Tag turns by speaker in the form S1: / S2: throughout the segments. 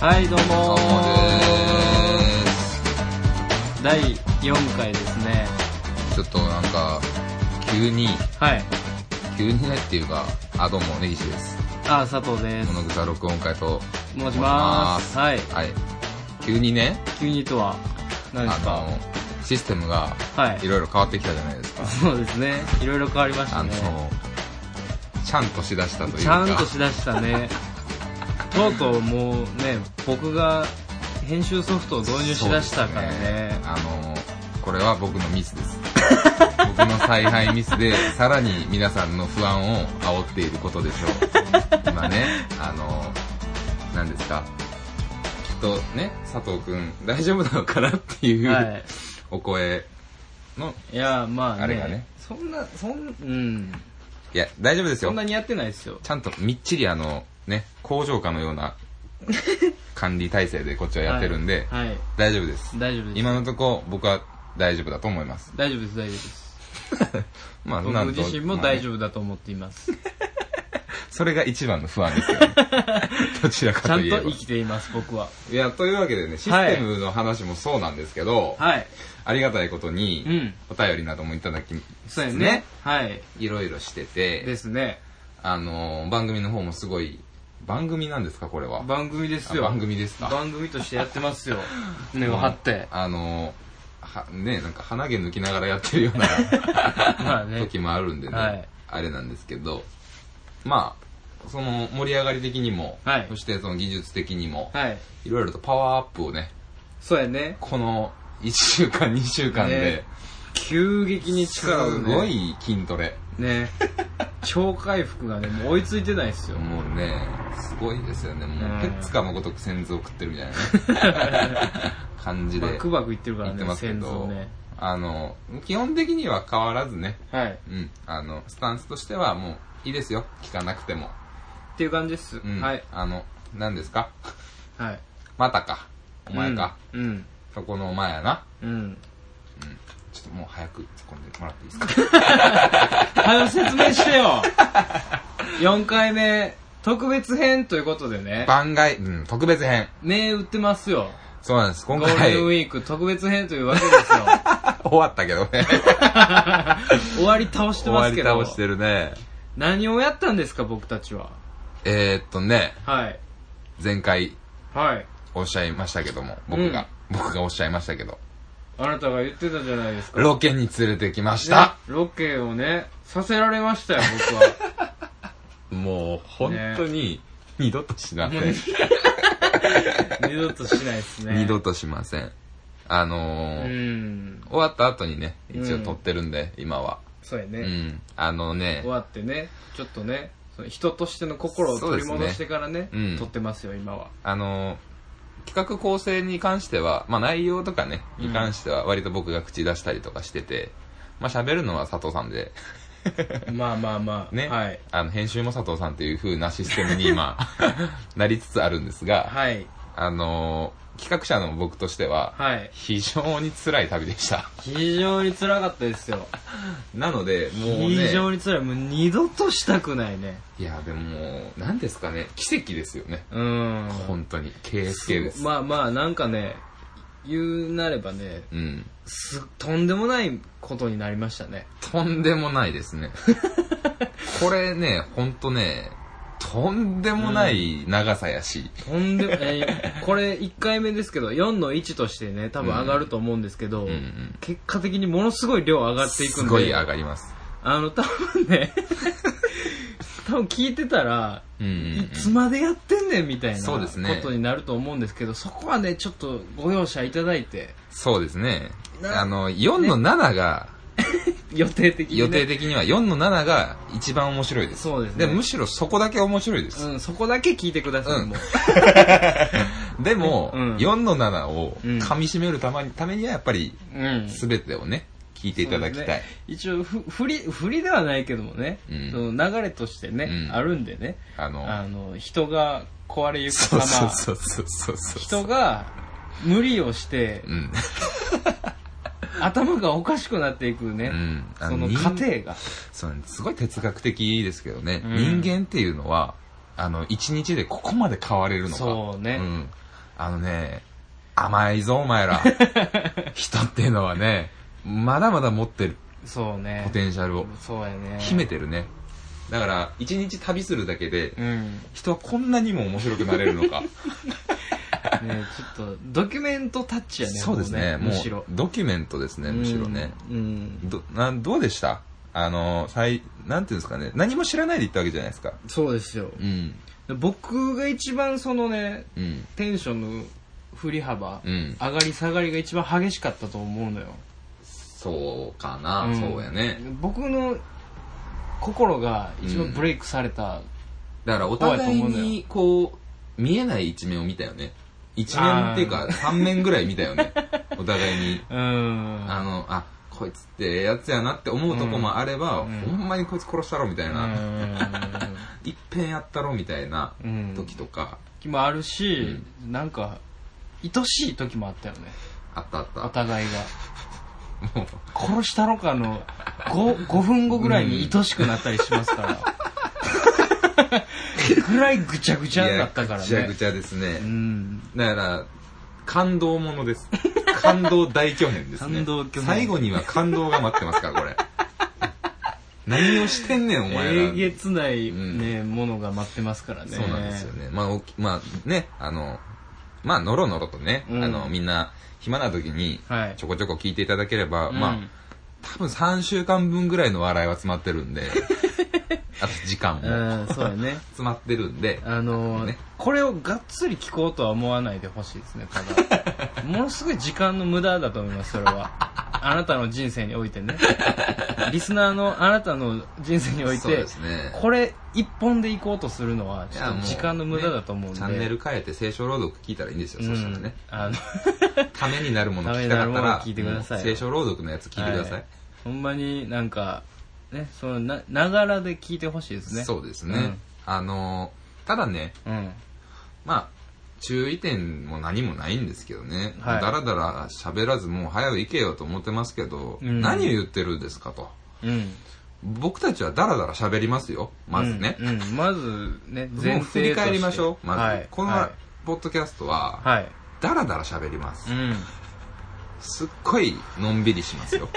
S1: はい、どうも
S2: どうも
S1: ー
S2: でーす
S1: 第4回ですね。
S2: ちょっとなんか急に
S1: はい。
S2: 急にねっていうかあどうも根岸です
S1: あ、佐藤です。
S2: 物草録音会と
S1: 申します。はい。
S2: はい急にね
S1: 急にとは、何ですか、
S2: あのシステムが
S1: はいい。
S2: ろいろ変わってきたじゃないですか、
S1: そうですね。いろいろ変わりました
S2: あの
S1: ね。
S2: ちゃんとしだしたという
S1: ち
S2: か
S1: ゃんとしだしたね。とうとうもうね、僕が編集ソフトを導入しだしたから
S2: そうです
S1: ね。
S2: あのこれは僕のミ スです僕の采配ミスでさらに皆さんの不安を煽っていることでしょう今ねあの何ですかきっとね佐藤君大丈夫なのかなっていう、
S1: はい。
S2: お声の
S1: いや、まあね。
S2: あれがね
S1: そんな、そん、うん。
S2: いや大丈夫です
S1: そ
S2: よ
S1: んなにやってないですよ。
S2: ちゃんとみっちりあのね工場下のよ うな管理体制でこっちはやってるんで、
S1: はい。
S2: 大丈夫です
S1: 大丈夫です。
S2: 今のとこ僕は大丈夫だと思います
S1: 大丈夫です、大丈夫です。
S2: まあなん
S1: 僕
S2: と
S1: 自身も
S2: まあね
S1: 大丈夫だと思っています。
S2: それが一番の不安ですよね。 どちら
S1: ちゃ
S2: かと
S1: ん
S2: いえば。
S1: と生きています、僕は。
S2: いや、というわけでね、システムの話もそうなんですけど、
S1: はい。
S2: ありがたいことに、
S1: うん
S2: お便りなどもいただき、
S1: そうやね。
S2: ね
S1: はい。
S2: いろいろして
S1: で
S2: て、
S1: すね。
S2: あのー、番組の方もすごい、番組なんですか、これは。
S1: 番組ですよ。
S2: あ番組ですか
S1: 番組としてやってますよ。 根を張って。
S2: あのー、はね、なんか鼻毛抜きながらやってるような
S1: ま あ ね。
S2: 時もあるんでね、
S1: はい
S2: あれなんですけど、まあ、その盛り上がり的にも、
S1: はい
S2: そしてその技術的にも、
S1: はい。
S2: いろいろとパワーアップをね、
S1: そうやね。
S2: この1週間2週間で
S1: ね、急激に力を
S2: す
S1: ね。
S2: ご。い筋トレ
S1: ね。超回復がね、もう追いついてないですよ。
S2: もうねすごいですよねも
S1: うん
S2: うペッツカのごとく先頭を食ってるみたいなね 感じで
S1: バ
S2: 言
S1: クバクいってるから
S2: って
S1: ね、
S2: ますけ
S1: 先祖
S2: ど、
S1: ね。
S2: あの基本的には変わらずね、
S1: はい。
S2: うん、あのスタンスとしてはもういいですよ聞かなくても、
S1: っていう感じです。
S2: うん
S1: はい。
S2: あの何ですか
S1: はい。
S2: またかお前か、
S1: うん。
S2: そこのお前やな
S1: うん。うん。
S2: ちょっともう早く突っ込んでもらっていいですか
S1: 早く説明してよ4回目特別編ということでね
S2: 番外、うん、特別編
S1: 銘打ってますよ
S2: そうなんです
S1: ゴ
S2: 今
S1: ール
S2: 回
S1: デンウィーク特別編というわけですよ
S2: 終わったけどね。
S1: 終わり倒して
S2: 終
S1: ま
S2: わ
S1: す
S2: り
S1: けど
S2: 倒してるね。
S1: 何をやったんですか僕たちは
S2: えー、っとね、
S1: はい
S2: 前回
S1: はい
S2: おっしゃいましたけども、僕が、僕がおっしゃいましたけど、
S1: あなたが言ってたじゃないですか
S2: ロケに連れてきました。
S1: ねロケをねさせられましたよ僕
S2: もう、本当に、二度としなせん。
S1: ね は二度としないですね
S2: 二度としません。あの
S1: う
S2: ー、
S1: ん
S2: 終わった後にね、一
S1: う
S2: 応
S1: ん
S2: 撮ってるんで、今は。
S1: そうやね、
S2: うん。あのね
S1: 終、わってねちょっとねその人としての心を取り戻してからね
S2: そうですねうん
S1: 撮ってますよ今は
S2: あのー、企画構成に関しては、まあ内容とかね、に関しては割と僕が口出したりとかしてて、まあ喋るのは佐藤さんで、
S1: まあまあまあ
S2: ね、
S1: はい
S2: あの編集も佐藤さんという風なシステムに 今なりつつあるんですが、
S1: はい
S2: あのー企画者の僕としては、
S1: はい
S2: 非常に辛い旅でした。
S1: 非常に辛かったですよ
S2: なので、もうね、
S1: 非常に辛いもう二度としたくないね
S2: いや、でももう、なんですかね、奇跡ですよね。
S1: うん
S2: 本当に、KSK です。
S1: まあまあなんかね言うなればね
S2: うん。
S1: すとんでもないことになりましたね
S2: とんでもないです ね。これね、ほんとね、とんでもない長さやし、
S1: とん でも、えーこれ1回目ですけど4の1としてね多分上がると思うんですけど、
S2: んうん
S1: 結果的にものすごい量上がっていくんです
S2: ごい上がります。
S1: あの、多分ね、 多分聞いてたら、
S2: うんうんうん
S1: いつまでやってんねんみたいな
S2: そうですね
S1: ことになると思うんですけど、そこはね、ちょっとご容赦いただいて、
S2: そうですね。
S1: な
S2: あの、4の7が、
S1: 予定的に、ね。
S2: 予定的には4の7が一番面白いです。
S1: そうですね
S2: で、むしろそこだけ面白いです。
S1: うん、そこだけ聞いてください、
S2: うん
S1: もう。
S2: でも、
S1: うん
S2: 4の7を
S1: うん
S2: 噛み締めるためにためにはやっぱり
S1: うん。
S2: 全てをね、聞いていただき
S1: そう
S2: た
S1: で
S2: い
S1: す。ね一応ふ、振り、振りではないけどもね、
S2: うん
S1: その流れとしてね、
S2: うん
S1: あるんでね、
S2: あの、
S1: あの、人が壊れゆく
S2: そう
S1: 様、
S2: そうそうそうそうそう。
S1: 人が無理をして、
S2: うん。
S1: 頭がおかしくなっていくね、
S2: うんあ
S1: その
S2: 人
S1: 過程が。
S2: そうねすごい哲学的ですけどね、
S1: うん
S2: 人間っていうのは、あの、1日でここまで変われるのか。
S1: そうね
S2: んあのね、甘いぞ、お前 ら。人っていうのはね、まだまだ持ってる、
S1: そうね
S2: ポテンシャルを。
S1: そうやね
S2: 秘めてるね。だから、一日旅するだけで、
S1: うん
S2: 人はこんなにも面白くなれる のか。
S1: ね、ちょっとドキュメントタッチやね
S2: そうですね、
S1: もう
S2: も
S1: むしろ
S2: う、ドキュメントですね、むしろね。
S1: うん、
S2: ど、なん、どうでしたあの、最、なんていうんですかね、何も知らないで行ったわけじゃないですか。
S1: うんそうですよ
S2: うん。
S1: 僕が一番そのね
S2: うん。
S1: テンションの振り幅、
S2: うん。
S1: 上がり下がりが一番激しかったと思うのよ
S2: そうかな、
S1: ん
S2: そうやね。
S1: 僕の心が一番ブレイクされた、
S2: だからお互いに、こう、見えない一面を見たよね。一面っていうか、三面ぐらい見たよ ね。お互いに。
S1: うん、
S2: あの、あ、こいつってええやつやなって思うとこもあれば、
S1: うん
S2: ほんまにこいつ殺したろみたいな、
S1: うん
S2: いっぺんやったろみたいな
S1: うん
S2: 時とか、
S1: 時もあるし、なんか愛しい時もあったよね
S2: あったあった。
S1: お互いが
S2: もう
S1: 殺したろかの 5, 5分後ぐらいに愛しくなったりしますから、 ぐらいぐちゃぐちゃだったからね
S2: いやぐちゃぐちゃですね。
S1: うん
S2: だから、感動ものです。 感動大巨編ですね。
S1: 感動巨編
S2: 最後には感動が待ってますか ら、これ。何をしてんねん、お前ら。
S1: えげつない、ねものが待ってますからね
S2: そうなんですよね。まあ、おきまあね、あの、まあ、のろのろとね、
S1: うん
S2: あの、みんな、暇な時に、
S1: はい
S2: ちょこちょこ聞いていただければ、まあ
S1: う、ん
S2: 多分3週間分ぐらいの笑いは詰まって るんで、あと時間も詰
S1: うんそうやね
S2: まってるんで、
S1: あのー
S2: ね
S1: これをがっつり聞こうとは思わないでほしいですね ただものすごい時間の無駄だと思いますそれはあなたの人生においてねリスナーのあなたの人生におい
S2: そう
S1: て
S2: ですね。
S1: これ一本で行こうとするのはいちょ
S2: や
S1: っ
S2: も
S1: と時間の無駄だと思うんで、
S2: ねチャンネル変えて聖書朗読聞いたらいいんですよ、
S1: うん
S2: そしたらね
S1: あの
S2: ためになるもの聞きた
S1: ためにな
S2: かったら
S1: るもの聞いてください
S2: もう聖書朗読のやつ聞いてください、
S1: ほんまになんかねそのなながらで聞いてほしいですね
S2: そうですね、
S1: うん
S2: あのーただね
S1: うん
S2: まあ注意点も何もないんですけどね、
S1: はい
S2: だらだら喋らずもう早く行けよと思ってますけど、
S1: うん
S2: 何を言ってるんですかと
S1: うん
S2: 僕たちはだらだら喋りますよまずね、
S1: うんうんまずね
S2: もう
S1: 前提として
S2: 振り返りましょうまず、
S1: はい、
S2: この
S1: はい、
S2: ポッドキャストは
S1: はい
S2: だらだら喋ります、
S1: うん
S2: すっごいのんびりしますよ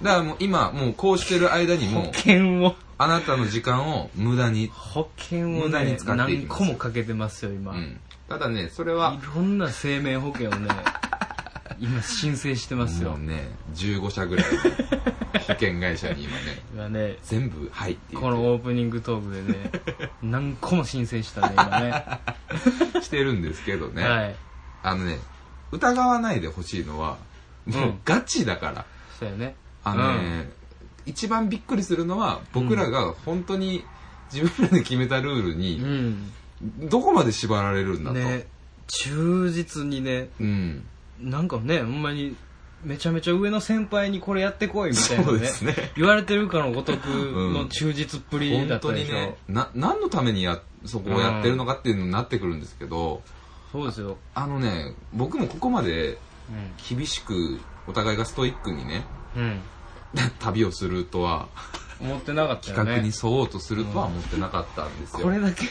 S2: だからもう今もうこうしてる間にもう
S1: 保険を
S2: あなたの時間を無駄に、
S1: 保険を
S2: 無駄に
S1: ね
S2: 使っていき
S1: 何
S2: ます
S1: 個もかけてますよ
S2: う
S1: 今、い
S2: ん、ただねそれは
S1: ろんな生命保険をね今申請してます
S2: も
S1: よ
S2: うね15社ぐらいの保険会社に今ね
S1: 今ね
S2: 全部「はい」って
S1: こ
S2: 言っ
S1: のオープニングトークでね 何個も申請したね今ね
S2: てしてるんですけ どね、
S1: はい
S2: あのね疑わないでほしいのはも
S1: う
S2: うんガチだから、
S1: そうよね
S2: あのね、一番びっくりするのは僕らが本当に自分らで決めたルール
S1: う
S2: に
S1: ん
S2: どこまで縛られるんだと、
S1: ね忠実にね
S2: うん
S1: なんかねほんまにめちゃめちゃ上の先輩にこれやってこいみたいな
S2: そう
S1: ね
S2: ですね
S1: 言われてるかのごとく
S2: ん
S1: の忠実っぷりだ
S2: 本
S1: った
S2: 当
S1: で
S2: に
S1: しょ、
S2: ねな何のためにやそこをやってるのかっていうのになってくるんですけど、
S1: そうですよ、
S2: あのね僕もここまで厳しくお互いがストイックにね
S1: うんうん、
S2: 旅をするとは
S1: 思ってなかったよね
S2: 企画に沿おうとするとは思ってなかったんですよ、
S1: これだけ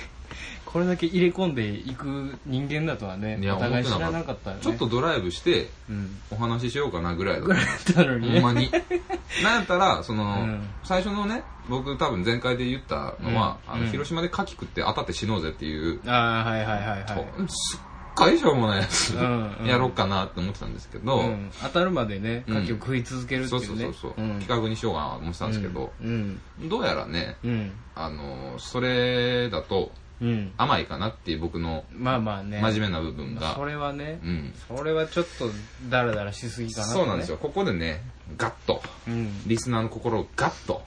S1: これだけ入れ込んでいく人間だとはね
S2: いや
S1: お互い知らなかったよね
S2: ちょっとドライブして
S1: うん
S2: お話ししようかなぐらいだっ
S1: ぐらいだったの
S2: た
S1: に
S2: ほんま
S1: ね
S2: になんやったらその、
S1: うん
S2: 最初のね僕多分前回で言ったのは、
S1: うん
S2: あの
S1: うん
S2: 広島で牡蠣食って当たって死のうぜっていう
S1: ああはいはいはいはい
S2: すっごいしょうもないやつ、
S1: うんうん
S2: やろうかなって思ってたんですけど、
S1: うん当たるまでね
S2: うん
S1: 牡蠣を食い続けるって
S2: そう
S1: い
S2: そううそ
S1: ね
S2: うそう、
S1: うん
S2: 企画にしようかなと思ってたんですけど、
S1: うん
S2: どうやらね
S1: うん
S2: あのそれだと
S1: うん、うん
S2: 甘いかなっていう僕の
S1: まあまあね
S2: 真面目な部分が、
S1: それはね
S2: うん、
S1: それはちょっとダラダラしすぎかなとね
S2: そうなんですよここでねガッと
S1: うん
S2: リスナーの心をガッと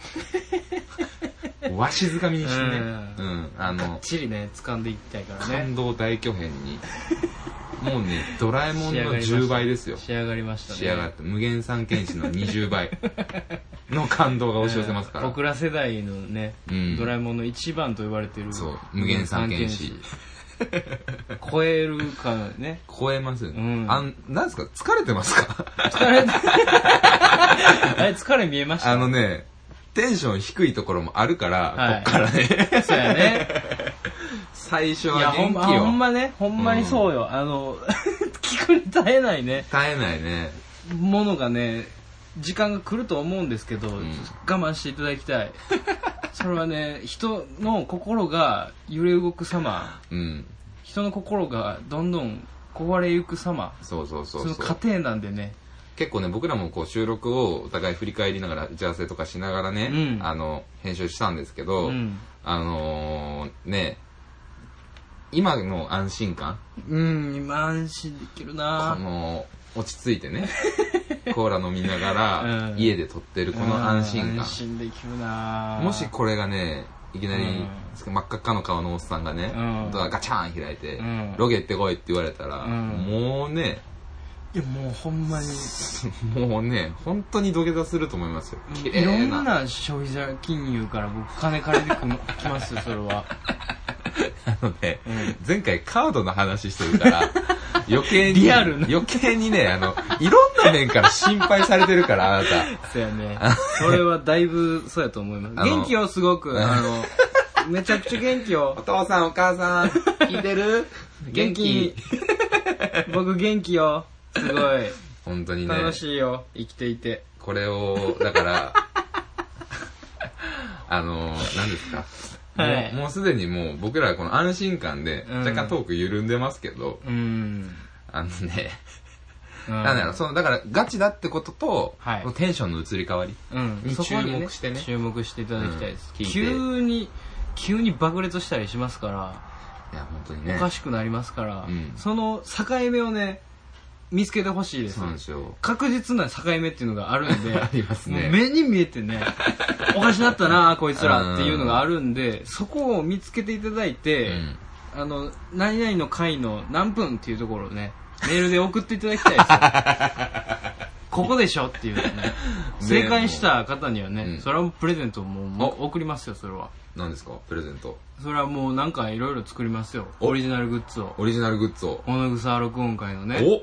S2: わしづかみにしてね、う
S1: うんが
S2: あ
S1: っ
S2: の
S1: ちりね掴んでいきたいからね
S2: 感動大巨編にも うねドラえもん
S1: 仕上がりま
S2: の
S1: した
S2: 10倍ですよ
S1: 仕上がりましたね
S2: 仕上がって無限三剣士の20倍 の感動が押し寄せますから、
S1: 僕ら世代のね、
S2: うん
S1: ドラえもんの一番と言われてる
S2: そう無限三剣士
S1: 超えるかね
S2: 超えます、
S1: ん
S2: あんなんですか疲れてます か
S1: 疲れあれ疲れ見えました
S2: あのねテンション低いところもあるから、
S1: はい
S2: こっからね
S1: そうやね
S2: 最初
S1: いや
S2: は
S1: ほん
S2: 元
S1: ま
S2: 気
S1: ほん
S2: よ。
S1: まねほんまにそうよ、あの 聞くに耐えないね
S2: 耐えないね。
S1: ものがね時間が来ると思うんですけど、
S2: ん
S1: 我慢していただき たいそれはね人の心が揺れ動く様
S2: うん。
S1: 人の心がどんどん壊れゆく様
S2: そうそうそ
S1: そう
S2: そう。
S1: の過程なんでね
S2: 結構ね僕らもこう収録をお互い振り返りながら打ち合わせとかしながらね、
S1: うん
S2: あの編集したんですけど、
S1: うん
S2: あのーね今の安心感
S1: うん今安心できる
S2: こ
S1: な
S2: の落ち着いてね コーラ飲みながら、
S1: うん
S2: 家で撮ってるこの安
S1: う
S2: 心
S1: ん
S2: 感
S1: 安心できるな
S2: もしこれがねいきなり
S1: うん
S2: 真っ赤っかの顔のおっさんがね、
S1: うん
S2: ドアガチャン開いて、
S1: うん
S2: ロケ行ってこいって言われたら、
S1: うん
S2: もうね
S1: いやもうほんまに
S2: もうね本当に土下座すると思いますよ綺
S1: いろ
S2: 麗
S1: ん
S2: な
S1: な消費者金融から僕金借りてくのき ますよそれは
S2: あのね、
S1: うん
S2: 前回カードの話して るから、余計に、
S1: リアルな
S2: 余計にね、あの、いろんな面から心配されてるから、あなた。
S1: そうやねそれはだいぶそうやと思いま
S2: あ
S1: す
S2: の
S1: 元気よすごくあのめちゃくちゃ元気
S2: お
S1: よ
S2: 父さんお母さん、聞いてる
S1: 元気 僕元気よすごい
S2: 本当にね、
S1: 楽しいよ生きていて
S2: これを、だから、 あの、何ですか。
S1: はい
S2: もうもうすでにもう僕らこの安心感で
S1: うん
S2: 若干トーク緩んでますけど、
S1: うん
S2: あのね、
S1: な
S2: なんだろう、その、だからガチだってことと、
S1: はい
S2: このテンションの移り変わり。
S1: うん
S2: に
S1: そこ
S2: 注目してね
S1: 注目していただきたいです、
S2: うん聞いて
S1: 急に急に爆裂したりしますから、
S2: いや、本当にね。
S1: おかしくなりますから、
S2: うん
S1: その境目をね見つけてほしいです
S2: そうなんですよ。
S1: 確実な境目っていうのがあるんで
S2: ありますね
S1: もう目に見えて ねおかしなったなこいつらっていうのがあるんでそこを見つけていただいて、
S2: うん
S1: あの何々の回の何分っていうところをねメールで送っていただきたいですよ ここでしょっていうね正解した方にはね、
S2: うん
S1: それはもうプレゼントももう送りますよそれは
S2: 何ですかプレゼント
S1: それはもうなんかいろいろ作りますよ
S2: お
S1: オリジナルグッズを
S2: オリジナルグッズを、
S1: 小野草録音会のね
S2: お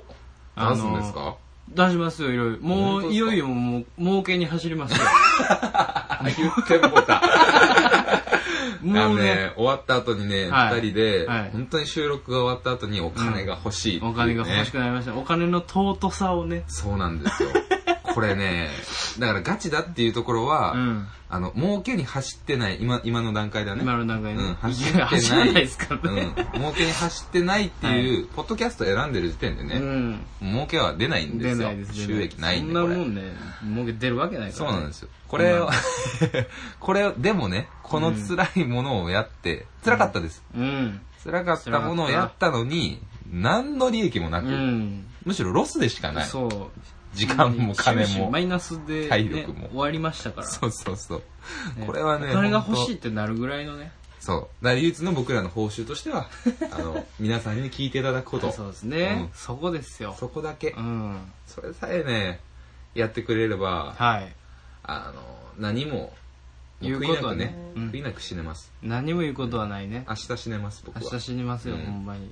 S1: あの
S2: 出すんですか、
S1: 出しますよいろいろも
S2: 本当
S1: う
S2: ですか
S1: いよいよもう儲けに走ります よ
S2: あ言ってもうた あ
S1: も
S2: の
S1: うね
S2: ね終わった後にね、二
S1: はい
S2: 人で、
S1: はい
S2: 本当に収録が終わった後にお金が欲しいっていう
S1: お
S2: ね
S1: 金が欲しくなりましたお金の尊さをね
S2: そうなんですよこれねだからガチだっていうところは、
S1: うん
S2: あの儲けに走ってない今今の段階だね
S1: 今の段階で
S2: うん
S1: ね
S2: 走っ
S1: い
S2: てな
S1: や
S2: い
S1: 走らないですからね
S2: うん、儲けに走ってないっていう、ポッドキャスト選んでる時点で
S1: う
S2: ね、
S1: ん
S2: 儲けは出ないんです
S1: 出
S2: よ
S1: ないです出
S2: 収益ないんで
S1: そん
S2: こ
S1: な
S2: れ
S1: もんね儲け出るわけないか
S2: そう
S1: ら、ね、
S2: なんですよ。これを
S1: う、
S2: これを、でもね、この辛いものをやって、辛かったです。
S1: うん
S2: 辛かったものをやったのに、何の利益もな
S1: う
S2: く、
S1: ん、
S2: むしろロスでしかない。
S1: そう
S2: 時間も金
S1: 終始
S2: も
S1: マ。イナスで、ね、
S2: 体力も
S1: 終わりましたから、
S2: そうそうそう。
S1: ね
S2: これはね、
S1: お金が欲しい
S2: 本
S1: ってなるぐらいのね
S2: 当そう。だから唯一の僕らの報酬とし ては、あの、皆さんに聞いていただくこと。
S1: そうですね、
S2: うん
S1: そこですよ
S2: そこだけ
S1: う。ん
S2: それさえね、やってくれれば、
S1: はい
S2: あの、何も、も
S1: 言う
S2: う
S1: こ
S2: 悔い
S1: と
S2: な
S1: は
S2: く
S1: ね
S2: ね、
S1: うん
S2: 悔いなく死ねます。
S1: 何も言うことはないね
S2: 明日死ねます、僕は。
S1: 明日死にますよ、
S2: うん
S1: ほんま に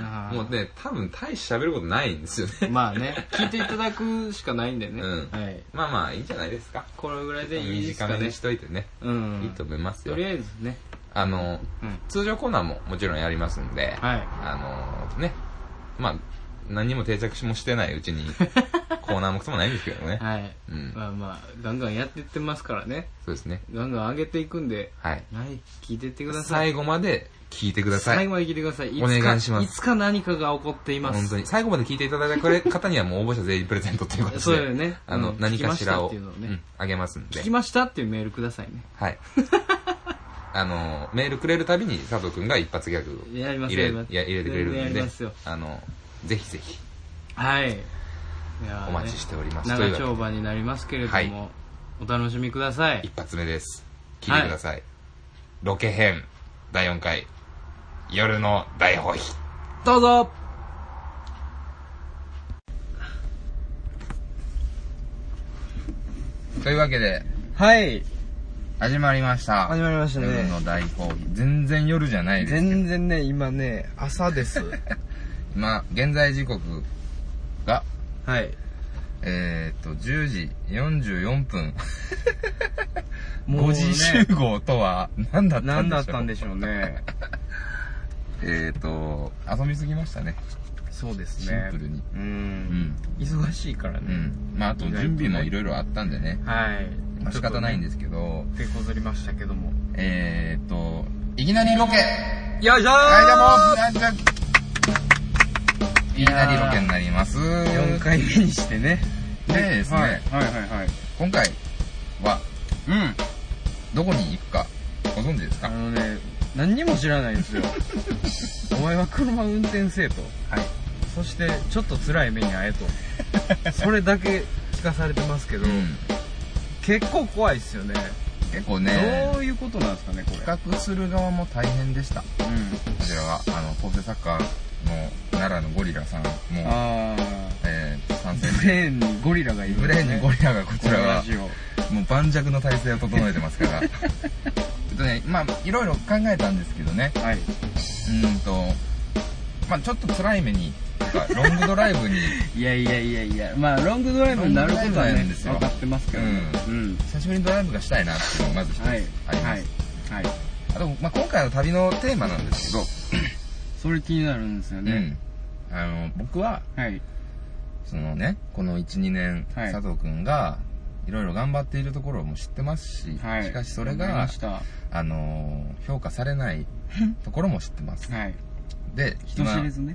S1: あー
S2: もうね、多分大して喋ることないんですよね。
S1: まあね聞いていただくしかないんでね、
S2: うん
S1: はい
S2: まあまあ、いいんじゃないですか。
S1: これぐらいでいいです
S2: 短
S1: か
S2: め
S1: ね
S2: にしといてね。
S1: うん
S2: いいと思います
S1: と
S2: よ
S1: り。あえずね
S2: あの、
S1: うん
S2: 通常コーナーももちろんやりますんで、
S1: はい
S2: あの、ね、まあ、何にも定着もしてないう ちに、コーナーもくそもないんですけどね。
S1: はい、
S2: うん
S1: まあまあガンガンやってってますからね
S2: そうですね。
S1: ガンガン上げていくんで
S2: はい。
S1: はい聞いてってください
S2: 最後まで聞いてくださ
S1: 最
S2: い。
S1: 後まで聞いてくださいつか
S2: お願いします
S1: いつか何かが起こっています
S2: 本当に。最後まで聞いていただいた方にはもう応募者全員プレゼントっていうことで。
S1: そうだよね
S2: あの、
S1: うん
S2: 何かしらを、
S1: 聞きましたっていうのをね
S2: うんあげますんで
S1: 聞き。ましたっていうメールくださいね
S2: はい。 あの、メールくれるたびに佐藤くんが一発ギャグを
S1: やります
S2: 入れ
S1: やります
S2: いや入れてくれる
S1: 全然
S2: ん
S1: や
S2: で
S1: りますよ、
S2: あの、ぜひぜひ
S1: はいいやーね
S2: お待ちしております。とい
S1: 長
S2: う
S1: 丁
S2: わ
S1: 場になりますけれども、
S2: はい
S1: お楽しみくださ
S2: け
S1: い
S2: で一発目です。聞いてください。ロケ編第4回夜の大放棄。
S1: どうぞ
S2: というわけで
S1: はい
S2: 始まりました。
S1: 始まりましたね
S2: 夜の大放棄。全然夜じゃないです。
S1: 全然ね今ね 朝です
S2: 今、現在時刻が
S1: はい
S2: えーっと、10時44分、
S1: もう
S2: 5
S1: ね
S2: 時集合とは何だったんでしょう
S1: 何だったんでしょうね。
S2: えーっと、遊びすぎましたね。
S1: そうですね。
S2: シンプルに
S1: う。
S2: うんん。
S1: 忙しいから
S2: う
S1: ね。
S2: ん。まあ、あと準備もいろいろあったんでね。
S1: はい。。
S2: まあ仕方ないんですすけど、
S1: 手こずりましたけども。
S2: えーっと、いきなりロケ
S1: よいしょー
S2: はい、どうもあじゃあいきなりロケになります。
S1: 4回目にしてね。
S2: でですね、
S1: はいはいはいはい。
S2: 今回は
S1: うん。
S2: どこに行くかご存知ですか
S1: あのね、何にも知らないんですよ。 お前は車運転せえと。
S2: はい。
S1: そして、ちょっと辛い目に遭え と。それだけ聞かされてますけど、
S2: うん。
S1: 結構怖いっすよね。
S2: 結構ね
S1: ど、ういうことなんですかね、これ。
S2: 企画する側も大変でした。こ
S1: うん。
S2: ちらは、あの、構成作家の奈良のゴリラさんも、
S1: あ
S2: えー、参戦
S1: ー。。ブレーンにゴリラがいる、
S2: ブレーンにゴリラがこち
S1: こ
S2: ら
S1: のラ
S2: は、
S1: ジオ。
S2: もう盤石の体制を整えてますから。えっとね、まあ、いろいろ考えたんですけどね、
S1: はい。
S2: うーんと、まあ、ちょっと辛い目に、とかロングドラ イブに、
S1: いやいやいやいや、まあ、ロングドライブになることは
S2: ロングドライブな
S1: ね
S2: んです、よ
S1: 分かってますけど、うん。
S2: 久しぶりにドライブがしたいなっていうのがまず一つあ
S1: はい
S2: り。ます。
S1: はい。はい。
S2: あと、まあ、今回の旅のテーマなんですけ
S1: それ気になるんですよ
S2: ど、
S1: ね。
S2: うん、あの僕は
S1: はい。
S2: そのねこの12年、
S1: はい
S2: 佐藤君がいろいろ頑張っているところも知ってますし、
S1: はい。
S2: しかしそれ
S1: わかりま
S2: が
S1: したは
S2: あのー評価されないところも知ってます
S1: い。
S2: で
S1: 人
S2: 今
S1: 知れ、ずね。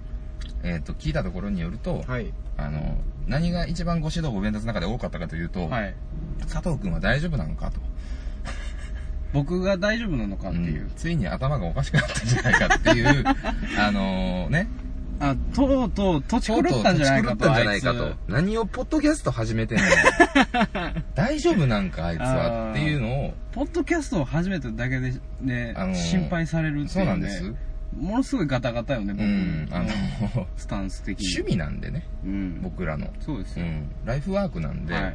S2: えー、と聞いたところによると、
S1: はい。
S2: あのー何が一番ご指導ご鞭撻の中で多かったかというと、
S1: はい。
S2: 佐藤君は大丈夫なのかと、。
S1: 僕が大丈夫なのかっていううん
S2: ついに頭がおかしくなったんじゃないかっていう あのーね
S1: あ、とうとう、とち
S2: ち
S1: 狂
S2: ょっと
S1: ったんじゃないかと。
S2: 狂ったんじゃないかと
S1: あいつ
S2: 何をポッドキャスト始めてん の大丈夫なんかあいつはっていうのを
S1: ポッドキャストを始めただけでね
S2: あのー、
S1: 心配されるって
S2: そ
S1: いうう
S2: なん
S1: ね
S2: です
S1: ものすごいガタガタよね、
S2: う
S1: 僕
S2: んあの
S1: スタンス的に。
S2: 趣味なんでね
S1: うん。
S2: 僕らの、
S1: そうです
S2: う
S1: よ。
S2: ん、ライフワークなんで、
S1: はい。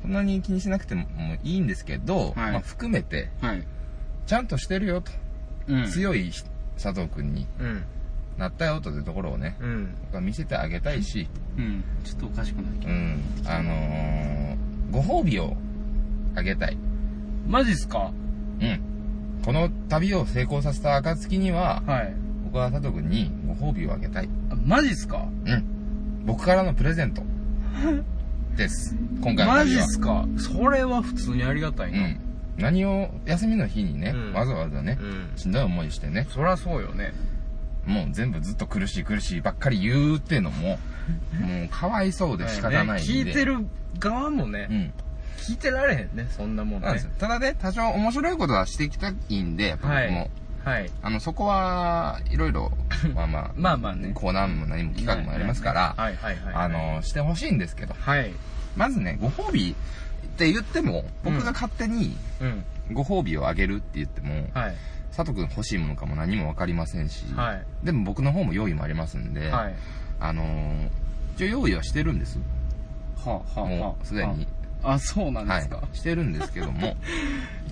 S2: そんなに気にしなくてももういいんですけど、
S1: はい
S2: まあ、含めて
S1: はい。
S2: ちゃんとしてるよと、
S1: うん。
S2: 強い佐藤君に
S1: うん。
S2: なったよというところをね
S1: うん。
S2: 僕は見せてあげたいし、
S1: うん。ちょっとおかしくな
S2: う
S1: い。
S2: ん、あのーご褒美をあげたい
S1: マジっすか
S2: うん。この旅を成功させた暁には、
S1: はい。
S2: 僕は佐藤君にご褒美をあげたい。
S1: あマジっすか
S2: うん。僕からのプレ ゼント。です。今回の
S1: マ
S2: 旅
S1: ジっ
S2: は。
S1: すかそれは普通にありがた
S2: う
S1: いな。
S2: ん。何を、休みの日にね、
S1: うん
S2: わざわざね、
S1: ん
S2: しんどい思いしてね、
S1: そりゃそうよね。
S2: もう全部ずっと苦しい苦しいばっかり言うっていうの も、もうかわいそうで仕方ないんで。
S1: 聞いて
S2: る。
S1: る側もね、
S2: うん。
S1: 聞いてられへんね、そんなもん
S2: なん
S1: ね
S2: です。よただね、多少面白いことはしていきたいんで、やっぱ僕も。
S1: はいはい。
S2: あの、そこはいろ いろ、まあまあ、
S1: まあまあね
S2: コーナーも何も企画もありますから、
S1: はいはいはい。
S2: あ、の、してほしいんですけど、
S1: はい。
S2: まずね、ご褒美って言っても、僕が勝手に
S1: うん。
S2: ご褒美をあげるって言っても、
S1: はい。
S2: 佐藤くん欲しいものかも何もわかりませんし、
S1: はい。
S2: でも僕の方も用意もありますんで、
S1: はい。
S2: あのー一応用意はしてるんです。
S1: はあ、はあ、は
S2: もう、
S1: あ。
S2: すでに。
S1: あ。あ、そうなんで
S2: は
S1: すか。
S2: い。してるんですけ ども、